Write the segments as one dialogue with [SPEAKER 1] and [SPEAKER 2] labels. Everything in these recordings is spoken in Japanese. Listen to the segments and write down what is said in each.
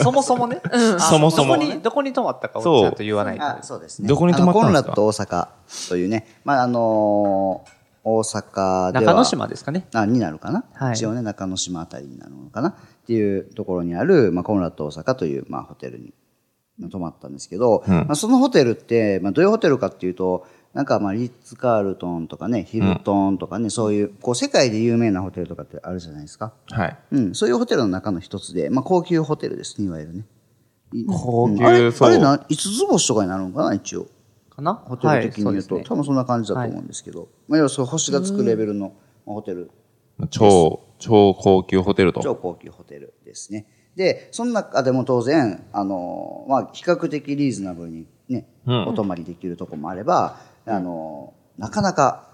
[SPEAKER 1] そもそもね。あ
[SPEAKER 2] そもそも
[SPEAKER 1] どこに、どこに泊まったかを
[SPEAKER 2] そう
[SPEAKER 1] ちゃんと言わないと。
[SPEAKER 3] あそうですね。
[SPEAKER 2] どこに泊まったんですか
[SPEAKER 3] あのコンラッド大阪というね、まあ、あのー大阪では。
[SPEAKER 1] 中之島ですかね。
[SPEAKER 3] あになるかな、
[SPEAKER 1] はい
[SPEAKER 3] 一応ね、中之島あたりになるのかなっていうところにある、まあ、コンラッド大阪という、まあ、ホテルに泊まったんですけど、まあ、そのホテルって、まあ、どういうホテルかっていうと、なんかまあリッツ・カールトンとかね、ヒルトンとかね、そういう、こう、世界で有名なホテルとかってあるじゃないですか。
[SPEAKER 2] はい。
[SPEAKER 3] うん、そういうホテルの中の一つで、まあ、高級ホテルですね、いわゆるね。い
[SPEAKER 1] 高級
[SPEAKER 3] うんあれ、
[SPEAKER 2] そう
[SPEAKER 3] あれな、5つ星とかになるのかな、一応。
[SPEAKER 1] かな
[SPEAKER 3] ホテル的に
[SPEAKER 1] は
[SPEAKER 3] 言
[SPEAKER 1] いうそ
[SPEAKER 3] と、
[SPEAKER 1] うですね
[SPEAKER 3] 多分そんな感じだと思うんですけど、まあ、要はそう星がつくレベルのまあホテル、
[SPEAKER 2] 超、超高級ホテルと。
[SPEAKER 3] 超高級ホテルですね。で、その中でも当然、あのーまあ、比較的リーズナブルにね、お泊まりできるとこもあれば、あのーなかなか、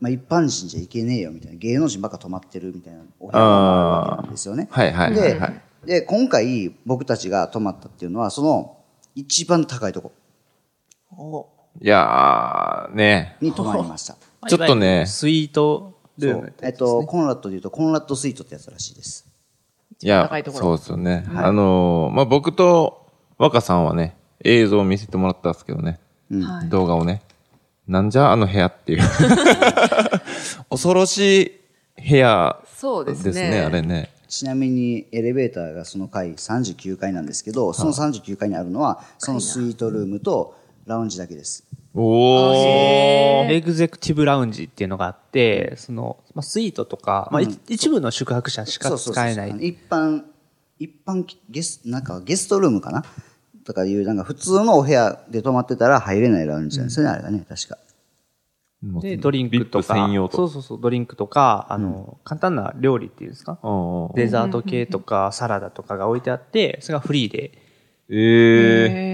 [SPEAKER 3] まあ、一般人じゃ行けねえよみたいな、芸能人ばっか泊まってるみたいなお部屋もあるわけなんですよね。
[SPEAKER 2] はいはいはいは
[SPEAKER 3] でで、今回僕たちが泊まったっていうのは、その一番高いとこ
[SPEAKER 2] いやー、ね、
[SPEAKER 3] に泊まり ました。
[SPEAKER 2] ちょっとね
[SPEAKER 1] スイートルー
[SPEAKER 3] そ
[SPEAKER 1] ム
[SPEAKER 3] う。えっと、コンラッドで言うと、コンラッドスイートってやつらしいです。
[SPEAKER 2] いや、
[SPEAKER 4] 高いところ
[SPEAKER 2] そうですよね。あのーまあ、僕と若さんはね、映像を見せてもらったんですけどね、動画をね、なんじゃあの部屋って いう。恐ろしい部屋
[SPEAKER 4] そう
[SPEAKER 2] で
[SPEAKER 4] ですす
[SPEAKER 2] ね、
[SPEAKER 4] ね
[SPEAKER 2] あれね。
[SPEAKER 3] ちなみに、エレベーターがその階39階なんですけど、その39階にあるのは、そのスイートルームとラウンジだけです。
[SPEAKER 2] おー。
[SPEAKER 1] エグゼクティブラウンジっていうのがあって、その、まあ、スイートとか、まあ、い一部の宿泊者し
[SPEAKER 3] そ
[SPEAKER 1] か
[SPEAKER 3] うそうそう
[SPEAKER 1] 使えない。
[SPEAKER 3] あの一般、一般ゲス、なんかゲストルームかなとかいう、なんか普通のお部屋で泊まってたら入れないラウンジなんですよね、あれがね、確か。
[SPEAKER 1] で、ドリンクとか、
[SPEAKER 2] ビップ専用と
[SPEAKER 1] そうそうそう、ドリンクとか、あの、簡単な料理っていうんですか、
[SPEAKER 2] うんうん
[SPEAKER 1] デザート系とか、サラダとかが置いてあって、それがフリーで
[SPEAKER 2] ええ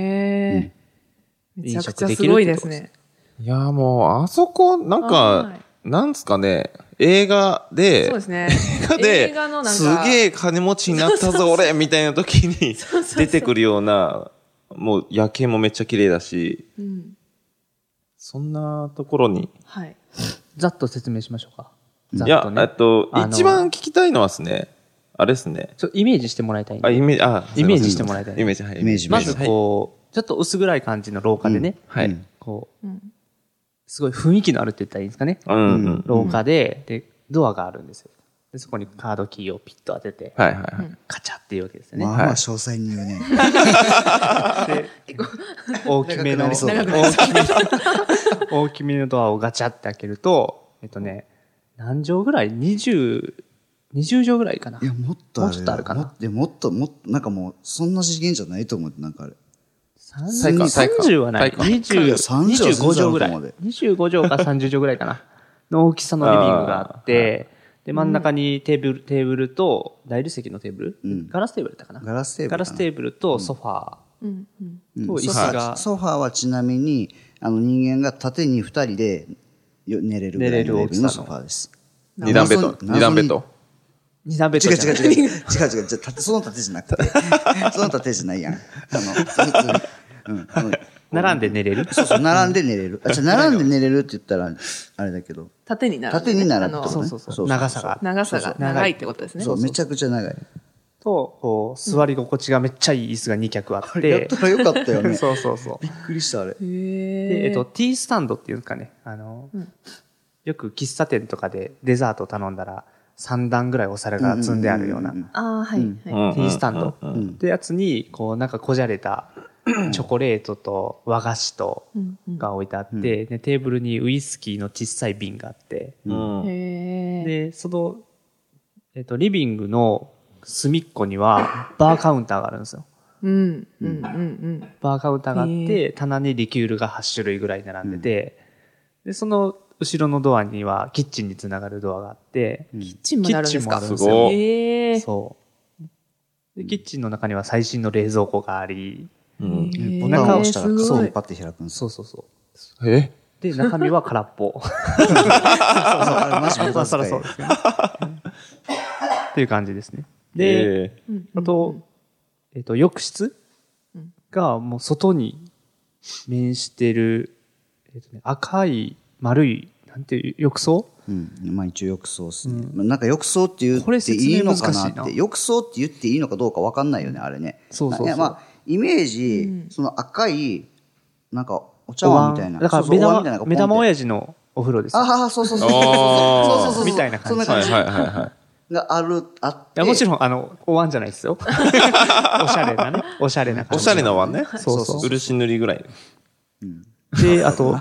[SPEAKER 4] へーめち
[SPEAKER 1] 飲
[SPEAKER 4] ゃくちゃ
[SPEAKER 1] 食
[SPEAKER 4] す
[SPEAKER 1] できる
[SPEAKER 4] ご
[SPEAKER 1] っ
[SPEAKER 4] い
[SPEAKER 1] て
[SPEAKER 4] で
[SPEAKER 1] こ
[SPEAKER 4] す
[SPEAKER 1] とです
[SPEAKER 4] ね。
[SPEAKER 2] いや、もう、あそこ、なん
[SPEAKER 4] は
[SPEAKER 2] か、なんすかね、映画で、
[SPEAKER 4] そうですね。
[SPEAKER 2] 映画で、
[SPEAKER 4] 映画のなんか、
[SPEAKER 2] すげえ金持ちになったぞ、俺みたいな時に出てくるような、もう夜景もめっちゃ綺麗だし、
[SPEAKER 4] うん
[SPEAKER 2] そんなところに。
[SPEAKER 4] はい。
[SPEAKER 1] ざっと説明しましょうか。ざ
[SPEAKER 2] い
[SPEAKER 1] っ
[SPEAKER 2] や
[SPEAKER 1] と、ね。
[SPEAKER 2] えっと
[SPEAKER 1] あ、の
[SPEAKER 2] 一番聞きたいのはですね、あれですね。
[SPEAKER 1] ちょっとイメージしてもらいたいんで
[SPEAKER 2] あ、イメージ、あ、すいません
[SPEAKER 1] イメージしてもらいたい
[SPEAKER 2] イメージ、はい。
[SPEAKER 3] イメージ
[SPEAKER 1] まず
[SPEAKER 2] う。
[SPEAKER 1] こう、ちょっと薄暗い感じの廊下でね、
[SPEAKER 2] はい。
[SPEAKER 3] うん
[SPEAKER 1] こう、
[SPEAKER 4] うん
[SPEAKER 1] すごい雰囲気のあるって言ったらいいんですかね。
[SPEAKER 2] うんうん。
[SPEAKER 1] 廊下で、で、ドアがあるんですよ。で、そこにカードキーをピッと当てて、
[SPEAKER 2] はいはいはい。
[SPEAKER 1] カチャっていうわけですよね。
[SPEAKER 3] まあまあ詳細に言うね。
[SPEAKER 1] 大きめの、
[SPEAKER 3] 長くなりそうだ
[SPEAKER 1] 大
[SPEAKER 3] ね。
[SPEAKER 1] きめの、大きめのドアをガチャって開けると、えっとね、何畳ぐらい ?20、20畳ぐらいかない
[SPEAKER 3] や、もっとある
[SPEAKER 1] も
[SPEAKER 3] よ。
[SPEAKER 1] っとあるかな
[SPEAKER 3] もっといやもっと、もっと、なんかもう、そんな次元じゃないと思って、なんかあれ。
[SPEAKER 1] 30,
[SPEAKER 2] 体感
[SPEAKER 1] 30はない。
[SPEAKER 2] 体感
[SPEAKER 1] 20
[SPEAKER 3] いや30は全然
[SPEAKER 1] 25畳ぐらい。
[SPEAKER 3] あると思うで
[SPEAKER 1] 25畳か30畳ぐらいかな。 の大きさのリビングがあって、で、真ん中にテーブル、テーブルと、大理石のテーブル、
[SPEAKER 3] うん
[SPEAKER 1] ガラステーブルだったかな
[SPEAKER 3] ガラステーブルか
[SPEAKER 1] ガ
[SPEAKER 3] な
[SPEAKER 1] ラステーブルとソファ
[SPEAKER 4] うんうん
[SPEAKER 1] ーと椅
[SPEAKER 3] ソ
[SPEAKER 1] 子
[SPEAKER 3] ファ
[SPEAKER 1] が
[SPEAKER 3] ーソファーはちなみにあの人間が縦に2人でよ寝れるぐらいのレベルのソファーです
[SPEAKER 2] 二段ベッド。
[SPEAKER 3] 謎に
[SPEAKER 2] 二段ベッド。
[SPEAKER 1] 2段ベッド
[SPEAKER 3] 違う
[SPEAKER 1] じゃない。
[SPEAKER 3] 違う違う違う違う違うじゃ縦その縦じゃなくてその縦じゃないやんあの普通にうんあの
[SPEAKER 1] 並んで寝れ る
[SPEAKER 3] そうそう並んで寝れるあじゃ並んで寝れるって言ったらあれだけど
[SPEAKER 4] 縦になる。
[SPEAKER 3] 縦になる
[SPEAKER 4] あ
[SPEAKER 3] って
[SPEAKER 4] の
[SPEAKER 3] ことね
[SPEAKER 1] そうそうそう長さが
[SPEAKER 4] 長さが長いってことですね。
[SPEAKER 3] そうめちゃくちゃ長い
[SPEAKER 1] と、こう、座り心地がめっちゃいい椅子が2脚あっ、
[SPEAKER 3] やってたらよかったよ ね。
[SPEAKER 1] そうそうそう。
[SPEAKER 3] びっくりした、あれ。
[SPEAKER 1] で、
[SPEAKER 4] え
[SPEAKER 1] えっと、、ティースタンドっていうんですかね、あの、
[SPEAKER 4] うん
[SPEAKER 1] よく喫茶店とかでデザート頼んだら、3段ぐらいお皿が積んであるような、
[SPEAKER 3] んんん
[SPEAKER 4] ああ、はい、はい。
[SPEAKER 2] うん
[SPEAKER 1] ティースタンド
[SPEAKER 2] うん
[SPEAKER 3] うん
[SPEAKER 1] ってやつに、こう、なんかこじゃれ た、チョコレートと和菓子と、
[SPEAKER 4] うんうん
[SPEAKER 1] が置いてあって、
[SPEAKER 3] うん
[SPEAKER 1] でテーブルにウイスキーの小さい瓶があって、
[SPEAKER 2] うんうん
[SPEAKER 4] へえ。
[SPEAKER 1] で、その、えっと、リビングの隅っこには、バーカウンターがあるんですよ。
[SPEAKER 4] うん、うん、うん、うん。
[SPEAKER 1] バーカウンターがあっ
[SPEAKER 4] へ
[SPEAKER 1] て、棚にリキュールが8種類ぐらい並んでて、で、その後ろのドアにはキッチンにつながるドアがあって、
[SPEAKER 3] うん
[SPEAKER 4] キッチンもなるんですか
[SPEAKER 1] キッチンもあるんです
[SPEAKER 2] ごい
[SPEAKER 4] へえ。
[SPEAKER 1] そう。で、キッチンの中には最新の冷蔵庫があり、
[SPEAKER 2] うん
[SPEAKER 4] へえ
[SPEAKER 3] ボタンを押したら、
[SPEAKER 4] す
[SPEAKER 3] そ
[SPEAKER 4] ご
[SPEAKER 3] う、
[SPEAKER 4] い
[SPEAKER 3] パッて開くんです
[SPEAKER 1] そ
[SPEAKER 3] よ。
[SPEAKER 1] うそうそう。
[SPEAKER 2] え
[SPEAKER 1] で、中身は空っぽ。
[SPEAKER 3] そうそう、あれマジボ
[SPEAKER 1] ま
[SPEAKER 3] タ
[SPEAKER 1] あ、そ
[SPEAKER 3] ン使
[SPEAKER 1] ら
[SPEAKER 3] い
[SPEAKER 1] そうですね。っていう感じですね。で、
[SPEAKER 2] で、
[SPEAKER 4] うん
[SPEAKER 1] あと、えっ、と、浴室
[SPEAKER 4] うん
[SPEAKER 1] がもう外に面してる、えっ、とね、赤い丸い、なんていう、浴槽
[SPEAKER 3] うん。まあ一応浴槽ですね
[SPEAKER 1] う。
[SPEAKER 3] まあなんか浴槽って言
[SPEAKER 1] これ
[SPEAKER 3] って
[SPEAKER 1] 説
[SPEAKER 3] いい
[SPEAKER 1] 明
[SPEAKER 3] の
[SPEAKER 1] 難しい
[SPEAKER 3] か
[SPEAKER 1] な
[SPEAKER 3] なって。浴槽って言っていいのかどうかわかんないよね、あれね。
[SPEAKER 1] そうそうそう
[SPEAKER 3] いやまあ、イメー
[SPEAKER 4] う
[SPEAKER 3] ジ
[SPEAKER 4] ん、
[SPEAKER 3] その赤い、なんか、お茶碗みたいな。
[SPEAKER 1] だから
[SPEAKER 3] そうそう
[SPEAKER 1] 目
[SPEAKER 3] お椀みたいなの
[SPEAKER 1] 玉、
[SPEAKER 3] がポン
[SPEAKER 1] 目
[SPEAKER 3] って
[SPEAKER 1] 玉親父のお風呂です。
[SPEAKER 3] ああ、そうそうそう。
[SPEAKER 2] あ
[SPEAKER 3] そう
[SPEAKER 2] ー
[SPEAKER 3] そうそうそう。
[SPEAKER 1] みたいな感じ
[SPEAKER 3] そんな
[SPEAKER 2] はいは
[SPEAKER 3] 感
[SPEAKER 2] い
[SPEAKER 3] じ
[SPEAKER 2] はいは。
[SPEAKER 3] がある、あっ
[SPEAKER 1] い
[SPEAKER 3] て。
[SPEAKER 1] やもちろん、あの、お椀じゃない ですよ。おしゃれなね。おしゃれない感
[SPEAKER 2] お
[SPEAKER 1] じ。
[SPEAKER 2] しゃれなワンね。
[SPEAKER 1] そうそう
[SPEAKER 2] 漆塗りぐらい。
[SPEAKER 1] で、あ と、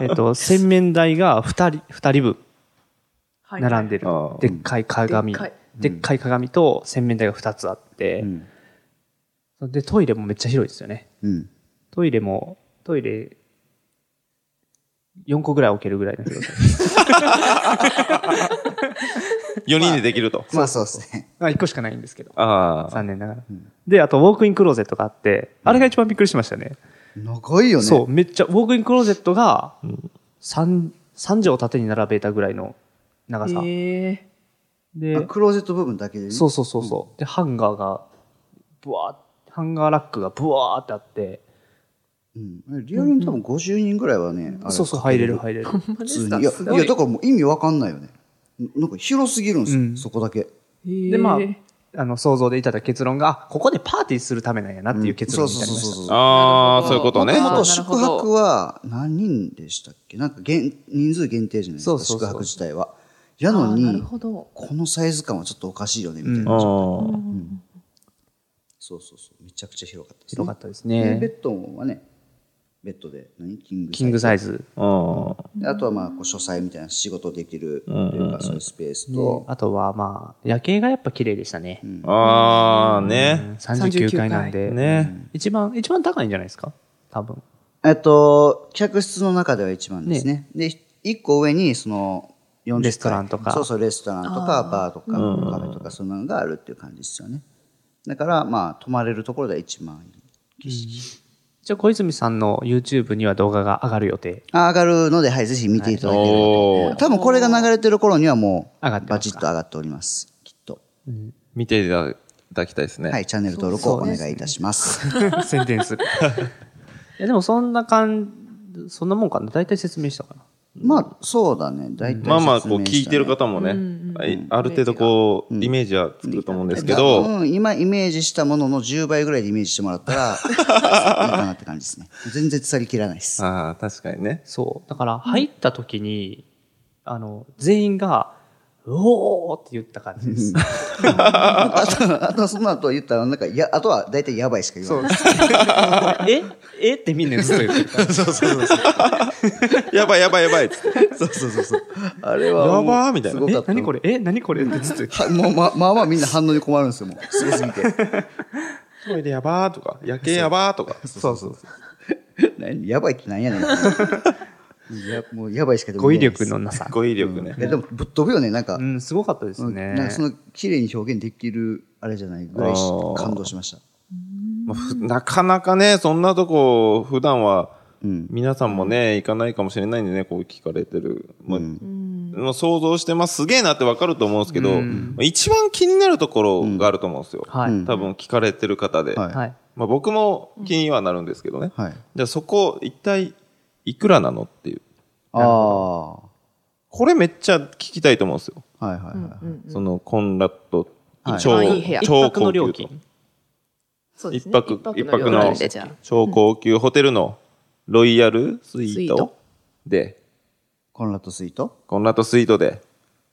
[SPEAKER 1] えっと、洗面台が二人、二人分並んでる
[SPEAKER 2] あー。
[SPEAKER 1] でっかい鏡。
[SPEAKER 4] でっかい
[SPEAKER 1] でっかい鏡と洗面台が二つあって、
[SPEAKER 3] うん。
[SPEAKER 1] で、トイレもめっちゃ広いですよね。
[SPEAKER 3] うん。
[SPEAKER 1] トイレも、トイレ、4個ぐらい置けるぐらいの広さ。
[SPEAKER 2] 4人でできると。
[SPEAKER 3] まあそうですね。
[SPEAKER 1] まあ、1個しかないんですけど。
[SPEAKER 2] ああ。
[SPEAKER 1] 残念ながら。で、あと、ウォークインクローゼットがあって、あれが一番びっくりしましたね。
[SPEAKER 3] 長いよね。
[SPEAKER 1] そう、めっちゃ、ウォークインクローゼットが、3、三畳縦に並べたぐらいの長さ。
[SPEAKER 4] へえ。
[SPEAKER 3] あ
[SPEAKER 1] で、
[SPEAKER 3] クローゼット部分だけでね。
[SPEAKER 1] そうそうそうそう。で、ハンガーが、ブワーハンガーラックがブワーってあって、
[SPEAKER 3] うん。リアルに多分50人ぐらいはね、あれ
[SPEAKER 1] そうそう、入れる入れる。
[SPEAKER 3] 普通に。いや、いやだからもう意味わかんないよね。なんか広すぎるんですよ、
[SPEAKER 1] うん
[SPEAKER 3] そこだけ。
[SPEAKER 1] で、
[SPEAKER 4] で
[SPEAKER 1] まあ、あの、想像でいただいた結論が、あここでパーティーするためなんやなっていう結論になりま
[SPEAKER 3] そう
[SPEAKER 1] し
[SPEAKER 3] そうそうそう。
[SPEAKER 2] ああ、
[SPEAKER 4] な
[SPEAKER 2] そういう
[SPEAKER 4] るほ
[SPEAKER 2] こ
[SPEAKER 4] ど
[SPEAKER 2] とね。
[SPEAKER 3] もとも
[SPEAKER 2] あ
[SPEAKER 3] と宿泊は何人でしたっけなんか限人数限定じゃないです
[SPEAKER 1] そ
[SPEAKER 3] か、
[SPEAKER 1] うそうそう
[SPEAKER 3] 宿泊自体は。や
[SPEAKER 4] あ
[SPEAKER 3] の
[SPEAKER 4] ーなる
[SPEAKER 3] に、
[SPEAKER 4] ほど。
[SPEAKER 3] このサイズ感はちょっとおかしいよね、みたいな。
[SPEAKER 2] ー
[SPEAKER 3] そうそうそう。めちゃくちゃ広かったで
[SPEAKER 1] た。
[SPEAKER 3] すね
[SPEAKER 1] よか。ったです
[SPEAKER 3] で
[SPEAKER 1] ね
[SPEAKER 3] ベ。ッドはね、ベッドで、何キング
[SPEAKER 1] キングサ
[SPEAKER 3] イ
[SPEAKER 1] イズ。
[SPEAKER 2] うん。
[SPEAKER 3] ズであとはまあ、こう書斎みたいな仕事できる、というか、そういうスペースと、
[SPEAKER 1] あとは、まあ、夜景がやっぱ綺麗でしたね。
[SPEAKER 2] ああ、ね。
[SPEAKER 1] 39階なんで。
[SPEAKER 2] ね。
[SPEAKER 1] 一番、一番高いんじゃないですか多分。
[SPEAKER 3] えっと、客室の中では一番ですね。で、一個上に、その、40
[SPEAKER 1] レストランとか
[SPEAKER 3] そうそう、レストランとか、バーとか、カフェとか、そんなのがあるっていう感じですよね。だから、まあ、泊まれるところでは一番いい。
[SPEAKER 1] 一応、小泉さんの YouTube には動画が上がる予定。
[SPEAKER 3] あ上がるので、はい、ぜひ見ていただければと
[SPEAKER 2] おー
[SPEAKER 3] 多分これが流れてる頃にはもう、
[SPEAKER 1] 上がってますか
[SPEAKER 3] バチッと上がっております。きっと。
[SPEAKER 2] 見ていただきたいですね。
[SPEAKER 3] はい、チャンネル登録をお願いいたします。
[SPEAKER 1] 宣伝 する。いや、でもそんな感じ、そんなもんかな。大体説明したかな。
[SPEAKER 3] まあ、そうだね。大体、
[SPEAKER 2] まあまあ、こう、聞いてる方もね、はいある程度こう、イメージはつくと思うんですけど、
[SPEAKER 3] うん、今イメージしたものの10倍ぐらいでイメージしてもらったら、いいかなって感じですね。全然伝わりきらないです。
[SPEAKER 2] ああ、確かにね。
[SPEAKER 1] そう。だから、入った時に、あの、全員が、うおーって言った感じです。
[SPEAKER 3] あと、あとその後言ったら、なんか、や、あとは大体やばいしか言わない。
[SPEAKER 1] ええってみんなずっと言ってた。そうそうそう。
[SPEAKER 2] やばいやばいやばいっつって。
[SPEAKER 3] そうそうそうそう。あれはも
[SPEAKER 2] や
[SPEAKER 3] う。
[SPEAKER 2] ばーみたい
[SPEAKER 3] す
[SPEAKER 2] な
[SPEAKER 3] ご。か
[SPEAKER 1] え
[SPEAKER 3] っ、た。
[SPEAKER 1] 何これえ、何これってずっと 言って
[SPEAKER 3] はもうま、まあまあみんな反応に困るんですよ、もう。すごすぎて。
[SPEAKER 2] トイレやばーとか、夜景やばーとか。そうそうそう。
[SPEAKER 3] 何やばいってなんやねん。やもうやばいしか出てこ
[SPEAKER 1] 語
[SPEAKER 3] ない
[SPEAKER 1] 彙
[SPEAKER 3] です
[SPEAKER 1] 力のなさ。
[SPEAKER 2] 語彙力ね
[SPEAKER 3] い。やでもぶっ飛ぶよね、なんか。
[SPEAKER 1] うん、すごかったです
[SPEAKER 3] うん
[SPEAKER 1] ね。
[SPEAKER 3] なんかその綺麗に表現できるあれじゃないぐらいし
[SPEAKER 2] あー
[SPEAKER 3] 感動しました。
[SPEAKER 2] まあふなかなかね、そんなとこ、普段は、
[SPEAKER 3] うん。
[SPEAKER 2] 皆さんもね、行かないかもしれないんでね、こう聞かれてる。まあ
[SPEAKER 4] うん
[SPEAKER 2] もう想像してます。すげえなってわかると思うんですけど、まあ一番気になるところがあると思うんですよ。
[SPEAKER 1] はい。
[SPEAKER 3] うん
[SPEAKER 2] 多分聞かれてる方で。
[SPEAKER 3] はい
[SPEAKER 1] はい。
[SPEAKER 2] まあ僕も気にはなるんですけどね。
[SPEAKER 3] はい。
[SPEAKER 2] じゃあそこ、一体いくらなのっていう。
[SPEAKER 3] ああ。は
[SPEAKER 2] これめっちゃ聞きたいと思うんですよ。
[SPEAKER 3] いはいはい。
[SPEAKER 4] うん
[SPEAKER 2] その、コンラッド
[SPEAKER 3] はい
[SPEAKER 2] 超
[SPEAKER 4] 一番いい部屋
[SPEAKER 2] 超
[SPEAKER 1] 一泊の料
[SPEAKER 2] 高級
[SPEAKER 1] 金。
[SPEAKER 4] そうです
[SPEAKER 2] 一
[SPEAKER 4] ね
[SPEAKER 2] 泊、一泊の
[SPEAKER 4] 料金でじゃあ
[SPEAKER 2] 超高級ホテルのロイヤルスイ
[SPEAKER 4] ス
[SPEAKER 2] ー
[SPEAKER 4] イー
[SPEAKER 2] ト
[SPEAKER 4] ト
[SPEAKER 2] で、
[SPEAKER 3] コンラッドスイート
[SPEAKER 2] コンラッドスイートで、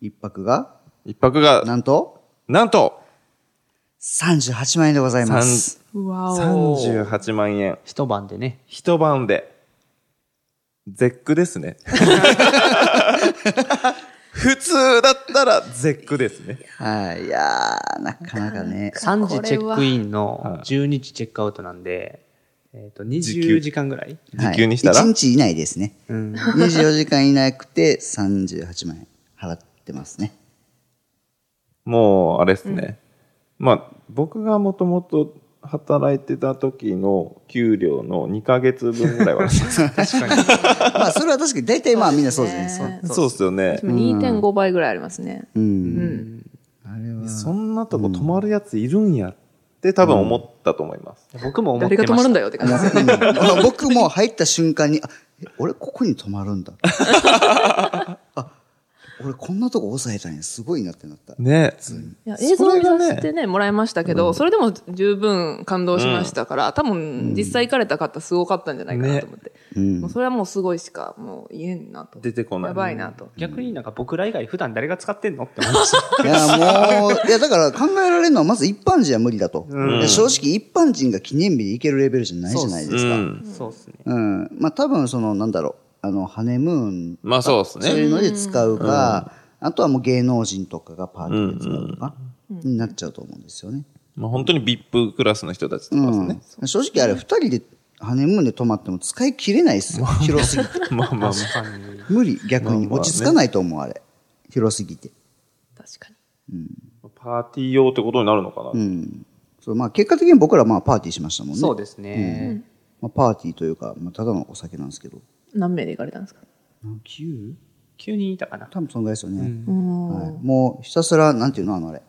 [SPEAKER 3] 一泊が、
[SPEAKER 2] 一泊が、
[SPEAKER 3] なんと、
[SPEAKER 2] なんと、
[SPEAKER 3] 38万円でございます。
[SPEAKER 4] うわお
[SPEAKER 2] 38万円。
[SPEAKER 1] 一晩でね。
[SPEAKER 2] 一晩で。絶句ですね。普通だったら絶句ですね。
[SPEAKER 3] はい。いやー、なかなかね。
[SPEAKER 1] 3時チェックイン
[SPEAKER 2] はい
[SPEAKER 1] の12時チェックアウトなんで、えっと、
[SPEAKER 2] 時給
[SPEAKER 1] 20時間ぐらい
[SPEAKER 2] 時給にしたら
[SPEAKER 3] 1日以内です ね。
[SPEAKER 1] うん。
[SPEAKER 3] 24時間以内くて38万円払ってますね。
[SPEAKER 2] もう、あれですね。まあ、僕がもともと働いてた時の給料の2ヶ月分ぐらいはあるんですよ
[SPEAKER 3] まあ、それは確かに、大体まあみんなそうですね。
[SPEAKER 2] そうですよね
[SPEAKER 4] で。も2.5倍ぐらいありますね
[SPEAKER 3] そううん。
[SPEAKER 4] うん
[SPEAKER 3] あれは。
[SPEAKER 2] そんなとこ泊まるやついるんやって多分思ったと思います。
[SPEAKER 1] 僕も思っ
[SPEAKER 4] 誰
[SPEAKER 1] てま
[SPEAKER 4] が
[SPEAKER 1] した。
[SPEAKER 4] 泊まるんだよって感じですよね
[SPEAKER 3] うん僕も入った瞬間に、あ、え俺ここに泊まるんだ。あ、俺こんなとこ抑えたんや。すごいなってなった。
[SPEAKER 2] ね。
[SPEAKER 4] いや
[SPEAKER 2] それ
[SPEAKER 4] 映像
[SPEAKER 2] がね
[SPEAKER 4] をさせてねもらいましたけど、それでも十分感動しましたから、多分実際行かれた方すごかったんじゃないかなと思って、
[SPEAKER 3] うん
[SPEAKER 4] もうそれはもうすごいしかもう言えんなと
[SPEAKER 2] 出てこない。
[SPEAKER 4] やばいなと、
[SPEAKER 1] 逆になんか僕ら以外普段誰が使ってんのって思いました。
[SPEAKER 3] いや、もう、いや、だから考えられるのはまず一般人は無理だと。で正直一般人が記念日で行けるレベルじゃないじゃないです
[SPEAKER 2] う
[SPEAKER 3] か。
[SPEAKER 2] ん。
[SPEAKER 1] そうですね。
[SPEAKER 3] うん。まあ多分その、なんだろう、あの、ハネムーン、
[SPEAKER 2] まあそうです
[SPEAKER 3] そうい
[SPEAKER 2] ね。
[SPEAKER 3] うので使うか、あとはもう芸能人とかがパーティーで使うとか、になっちゃうと思うんですよね。
[SPEAKER 2] まあ本当に VIP クラスの人たちと
[SPEAKER 3] う
[SPEAKER 2] かです
[SPEAKER 3] ん
[SPEAKER 2] ね。。
[SPEAKER 3] 正直あれ二人で、ハネムーンで泊まっても使い切れないですよ。広すぎて。
[SPEAKER 2] まあまあまあ。
[SPEAKER 1] 確かに。
[SPEAKER 3] 無理、逆に。
[SPEAKER 2] まあまあね
[SPEAKER 3] 落ち着かないと思う、あれ。広すぎて。
[SPEAKER 4] 確かに
[SPEAKER 2] パーティー用ってことになるのかな。
[SPEAKER 3] うん。そう、まあ結果的に僕らまあパーティーしましたもんね。
[SPEAKER 1] そうですね。
[SPEAKER 3] まあ、パーティーというか、まあ、ただのお酒なんですけど。
[SPEAKER 4] 何名で行かれたんですか
[SPEAKER 3] 9?
[SPEAKER 1] 急にいたかな。
[SPEAKER 3] 多分そのぐらいですよ
[SPEAKER 1] う。
[SPEAKER 3] ね。
[SPEAKER 4] うんん、
[SPEAKER 3] はい、もうひたすら、なんていうのあのあれ。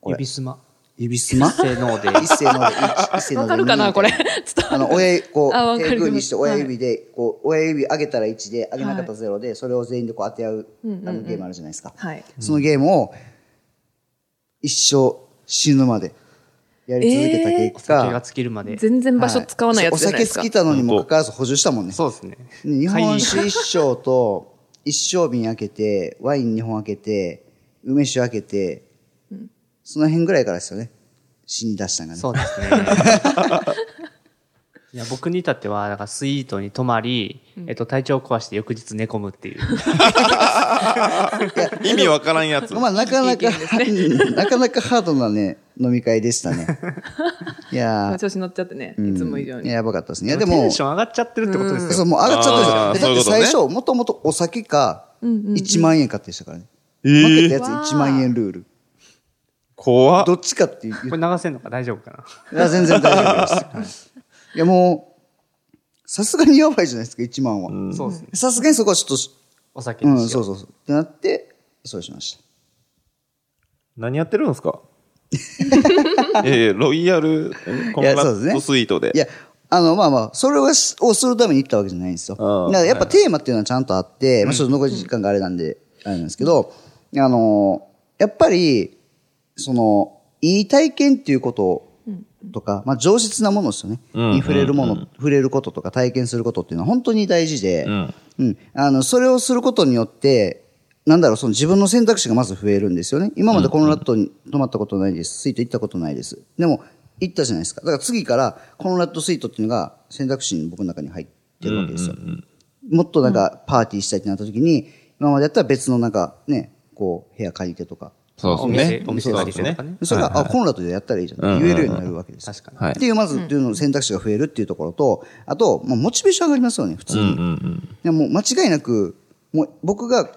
[SPEAKER 3] これ
[SPEAKER 1] 指すま。
[SPEAKER 3] 指すま
[SPEAKER 1] せーので。
[SPEAKER 3] 一斉ので、一一斉ので。
[SPEAKER 4] わかるかなこれ
[SPEAKER 3] みん
[SPEAKER 4] 伝
[SPEAKER 3] で
[SPEAKER 4] わ
[SPEAKER 3] あの、親指、こ
[SPEAKER 4] あわ
[SPEAKER 3] う、
[SPEAKER 4] か
[SPEAKER 3] 手
[SPEAKER 4] る
[SPEAKER 3] グーにして親指で、こう、親指上げたら1で、上げなかったら0で、それを全員でこう当て合う、あのゲームあるじゃないですか。
[SPEAKER 4] はい
[SPEAKER 3] そのゲームを、一生死ぬまでやり続けた
[SPEAKER 4] えー
[SPEAKER 3] 結
[SPEAKER 1] 酒が
[SPEAKER 3] 果、
[SPEAKER 1] 尽きるまで。
[SPEAKER 4] 全然場所使わないやつじゃないですか、
[SPEAKER 3] お酒好きたのにもかかわらず補充したもんね。
[SPEAKER 1] そうですね。
[SPEAKER 3] 日本
[SPEAKER 1] 帰
[SPEAKER 3] 酒一升と一升瓶開けて、ワイン二本開けて、梅酒開けて、その辺ぐらいからですよね。死に出したんが
[SPEAKER 1] り
[SPEAKER 3] ね。
[SPEAKER 1] そうですね。いや僕に至っては、だからスイートに泊まり、えっと、体調を壊して翌日寝込むっていう。
[SPEAKER 2] 意味わからんやつ。
[SPEAKER 3] まあなかなか、なかなかハードなね、飲み会でしたね。いやー
[SPEAKER 4] 調子乗っちゃってね、
[SPEAKER 3] うん
[SPEAKER 4] いつも以上
[SPEAKER 3] い
[SPEAKER 4] に
[SPEAKER 3] ややばかったですね。いや
[SPEAKER 1] テ
[SPEAKER 3] でも
[SPEAKER 1] ン、ション上がっちゃってるってことですよ。
[SPEAKER 3] そう、もう上がっちゃってるんですよ。
[SPEAKER 2] あー
[SPEAKER 3] だって
[SPEAKER 2] そういうことね
[SPEAKER 3] 最初、もともとお酒か、1万円かってしたからね。
[SPEAKER 2] え
[SPEAKER 3] 負け
[SPEAKER 2] ー
[SPEAKER 3] たやつ1万円ルール。
[SPEAKER 2] 怖っ
[SPEAKER 3] どっちかっていう
[SPEAKER 1] これ流せんのか大丈夫かな。
[SPEAKER 3] いや、全然大丈夫です。いや、もう、さすがにやばいじゃないですか、1万は。
[SPEAKER 1] そうですね。
[SPEAKER 3] さすがにそこはちょっとし、
[SPEAKER 1] お酒
[SPEAKER 3] う
[SPEAKER 1] にしよ
[SPEAKER 3] ん、そうそうそう。ってなって、そうしまし
[SPEAKER 2] 何やってるんです かいやいや、ロイヤルんコンラ
[SPEAKER 3] いやそうです
[SPEAKER 2] ット
[SPEAKER 3] ね
[SPEAKER 2] スイートで。
[SPEAKER 3] た。いや、あの、まあまあ、それをしをするために行ったわけじゃないんですよ。だ
[SPEAKER 2] ああ
[SPEAKER 3] からやっぱテーマっていうのはちゃんとあって、まあちょっと残り時間があれなんで、あれなんですけど、あの、やっぱり、その、いい体験っていうこととか、まあ上質なものですよね。
[SPEAKER 2] うん
[SPEAKER 3] に触れるもの、触れることとか体験することっていうのは本当に大事で、
[SPEAKER 2] うん。
[SPEAKER 3] うん、あのそれをすることによってなんだろうその自分の選択肢がまず増えるんですよね今までコンラッドに泊まったことないですスイート行ったことないですでも行ったじゃないですかだから次からコンラッドスイートっていうのが選択肢に僕の中に入ってるわけですよ、もっとなんかパーティーしたいってなった時に今までやったら別のなんかねこう部屋借りてとか
[SPEAKER 2] そう
[SPEAKER 1] お
[SPEAKER 2] です
[SPEAKER 1] 店
[SPEAKER 2] ね。、
[SPEAKER 1] お店
[SPEAKER 2] そ
[SPEAKER 1] な
[SPEAKER 2] うで
[SPEAKER 1] り
[SPEAKER 2] す
[SPEAKER 1] と
[SPEAKER 2] ね
[SPEAKER 1] か。ね。
[SPEAKER 3] それが、あ、コンラッドでやったらいいじゃんって言えるようになるわけですよ。
[SPEAKER 1] 確かに。
[SPEAKER 2] はい
[SPEAKER 3] っていう、まず、っていうの選択肢が増えるっていうところと、あと、もうモチベーション上がりますよね、普通に。
[SPEAKER 2] うんうん
[SPEAKER 3] でもう間違いなく、もう僕が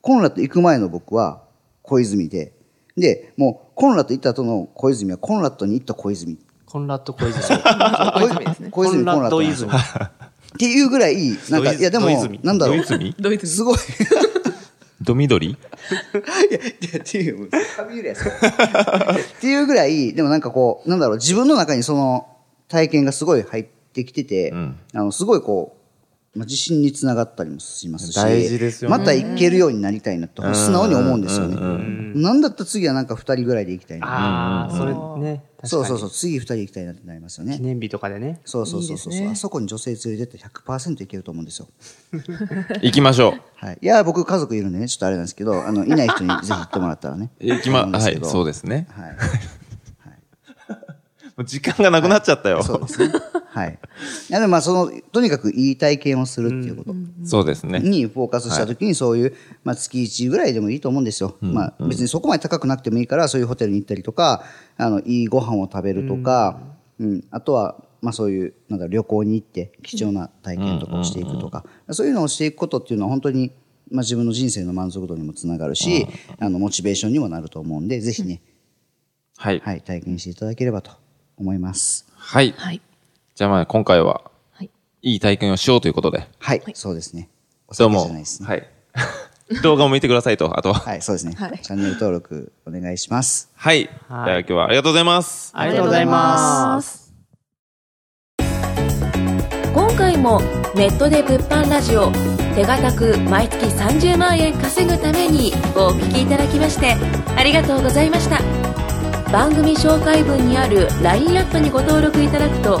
[SPEAKER 3] コンラッド行く前の僕は小泉で、で、もうコンラッド行った後の小泉はコンラッドに行った小泉。
[SPEAKER 1] コンラッド小泉。
[SPEAKER 4] 小泉ですね
[SPEAKER 3] 小泉コンラッドなんですよ。
[SPEAKER 1] コンラ
[SPEAKER 3] っていうぐらい、なんか、いやでも
[SPEAKER 2] ドイズミ、
[SPEAKER 3] なんだろ
[SPEAKER 2] ド
[SPEAKER 3] う
[SPEAKER 2] イ。ズミ
[SPEAKER 4] ドイ ツ
[SPEAKER 3] すごい。
[SPEAKER 2] ドミドリ
[SPEAKER 3] いや、いやっていう、カビユリアさんっていうぐらい、でもなんかこう、なんだろう、自分の中にその体験がすごい入ってきてて、
[SPEAKER 2] うん
[SPEAKER 3] あの、すごいこう、まあ、自信につながったりもしますし、
[SPEAKER 2] 大事ですよね
[SPEAKER 3] また行けるようになりたいなって、素直に思うんですよね。
[SPEAKER 2] うんうんうん
[SPEAKER 1] うん
[SPEAKER 3] なんだったら次はなんか2人ぐらいで行きたいな。
[SPEAKER 1] ああ、それね。確かに
[SPEAKER 3] そうそうそう、次2人行きたいなってなりますよね
[SPEAKER 1] 記。念日とかでね。
[SPEAKER 3] そうそうそうそう
[SPEAKER 4] いいですね
[SPEAKER 3] あそこに女性連れてって100%行けると思うんですよ。
[SPEAKER 2] 行きまし ょう。。
[SPEAKER 3] はい。いや、僕家族いるんでね、ちょっとあれなんですけど、あの、いない人にぜひ行ってもらったらね
[SPEAKER 2] 行きま、
[SPEAKER 3] と思うんで
[SPEAKER 2] は
[SPEAKER 3] すけ
[SPEAKER 2] い、
[SPEAKER 3] ど
[SPEAKER 2] そうですね。
[SPEAKER 3] はい。
[SPEAKER 2] もう時間がなくなっちゃったよ。
[SPEAKER 3] そうですね。はい。いや、でもまあ、その、とにかくいい体験をするっていうこと。
[SPEAKER 2] そうですね。
[SPEAKER 3] にフォーカスしたときにそういう、まあ、月1ぐらいでもいいと思うんですよ、まあ、別にそこまで高くなくてもいいからそういうホテルに行ったりとかあのいいご飯を食べるとか、うんあとは、まあ、そういうなんだ旅行に行って貴重な体験とかをしていくとか、そういうのをしていくことっていうのは本当に、まあ、自分の人生の満足度にもつながるし、あのモチベーションにもなると思うんでぜひね、
[SPEAKER 2] はい。
[SPEAKER 3] はい、体験していただければと思います。
[SPEAKER 2] はい。
[SPEAKER 4] はい。
[SPEAKER 2] じゃあまあ今回は
[SPEAKER 4] はい、
[SPEAKER 2] いい体験をしようということで。
[SPEAKER 3] はい、そうですね。お
[SPEAKER 2] どう
[SPEAKER 3] 酒じ
[SPEAKER 2] も
[SPEAKER 3] ゃないです。ね。
[SPEAKER 2] はい。 動画を見てくださいと、あとは。
[SPEAKER 3] はい、そうですね、
[SPEAKER 4] はい
[SPEAKER 3] チャンネル登録お願いします。
[SPEAKER 2] はい。じゃ
[SPEAKER 1] はい
[SPEAKER 2] あ今日はありがとうございます。
[SPEAKER 1] ありがとうございます。
[SPEAKER 5] す今回もネットで物販ラジオ手堅く毎月30万円稼ぐためにをお聞きいただきましてありがとうございました番組紹介文にある LINE アットにご登録いただくと